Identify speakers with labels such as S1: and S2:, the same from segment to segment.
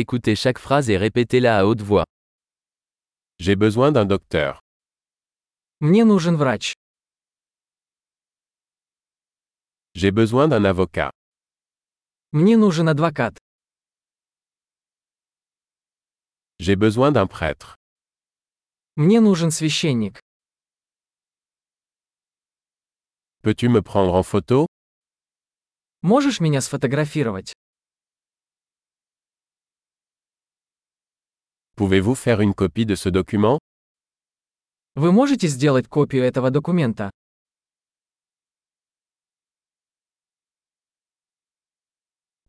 S1: Écoutez chaque phrase et répétez-la à haute voix.
S2: J'ai besoin d'un docteur.
S3: Мне нужен врач.
S2: J'ai besoin d'un avocat.
S3: Мне нужен адвокат.
S2: J'ai besoin d'un prêtre.
S3: Мне нужен священник.
S2: Peux-tu me prendre en photo
S3: Можешь меня сфотографировать?
S2: Pouvez-vous faire une copie de ce document
S3: Вы можете сделать копию этого документа?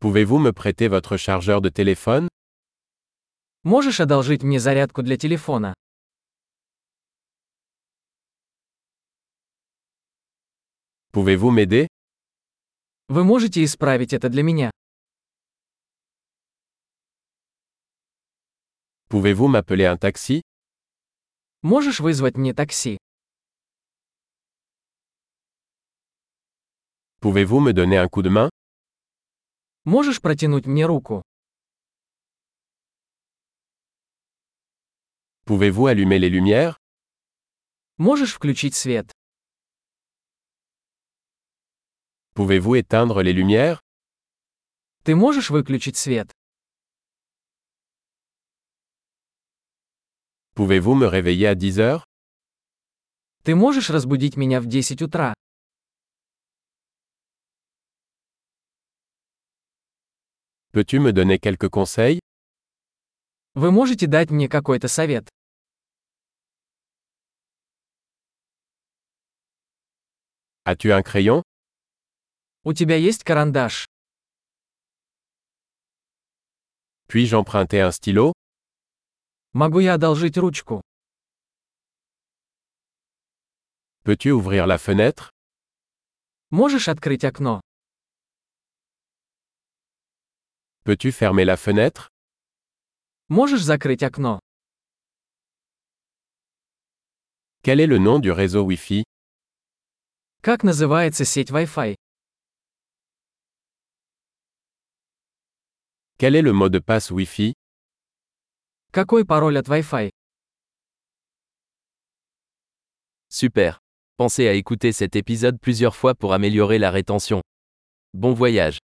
S2: Pouvez-vous me prêter votre chargeur de téléphone
S3: Можешь одолжить мне зарядку для телефона?
S2: Pouvez-vous m'aider
S3: Вы можете исправить это для меня?
S2: Pouvez-vous m'appeler un taxi
S3: Можешь вызвать мне такси?
S2: Pouvez-vous me donner un coup de main
S3: Можешь протянуть мне руку?
S2: Pouvez-vous allumer les lumières
S3: Можешь включить свет?
S2: Pouvez-vous éteindre les lumières
S3: Ты можешь выключить свет?
S2: Pouvez-vous me réveiller à 10 heures
S3: Ты можешь разбудить меня в 10 утра?
S2: Peux-tu me donner quelques conseils
S3: Вы можете дать мне какой-то совет?
S2: As-tu un crayon
S3: У тебя есть карандаш?
S2: Puis-je emprunter un stylo
S3: Могу я одолжить ручку?
S2: Peux-tu ouvrir la fenêtre
S3: Можешь открыть окно?
S2: Peux-tu fermer la fenêtre
S3: Можешь закрыть окно?
S2: Quel est le nom du réseau Wi-Fi
S3: Как называется сеть Wi-Fi?
S2: Quel est le mot de passe Wi-Fi
S3: Какой пароль от Wi-Fi?
S1: Super. Pensez à écouter cet épisode plusieurs fois pour améliorer la rétention. Bon voyage.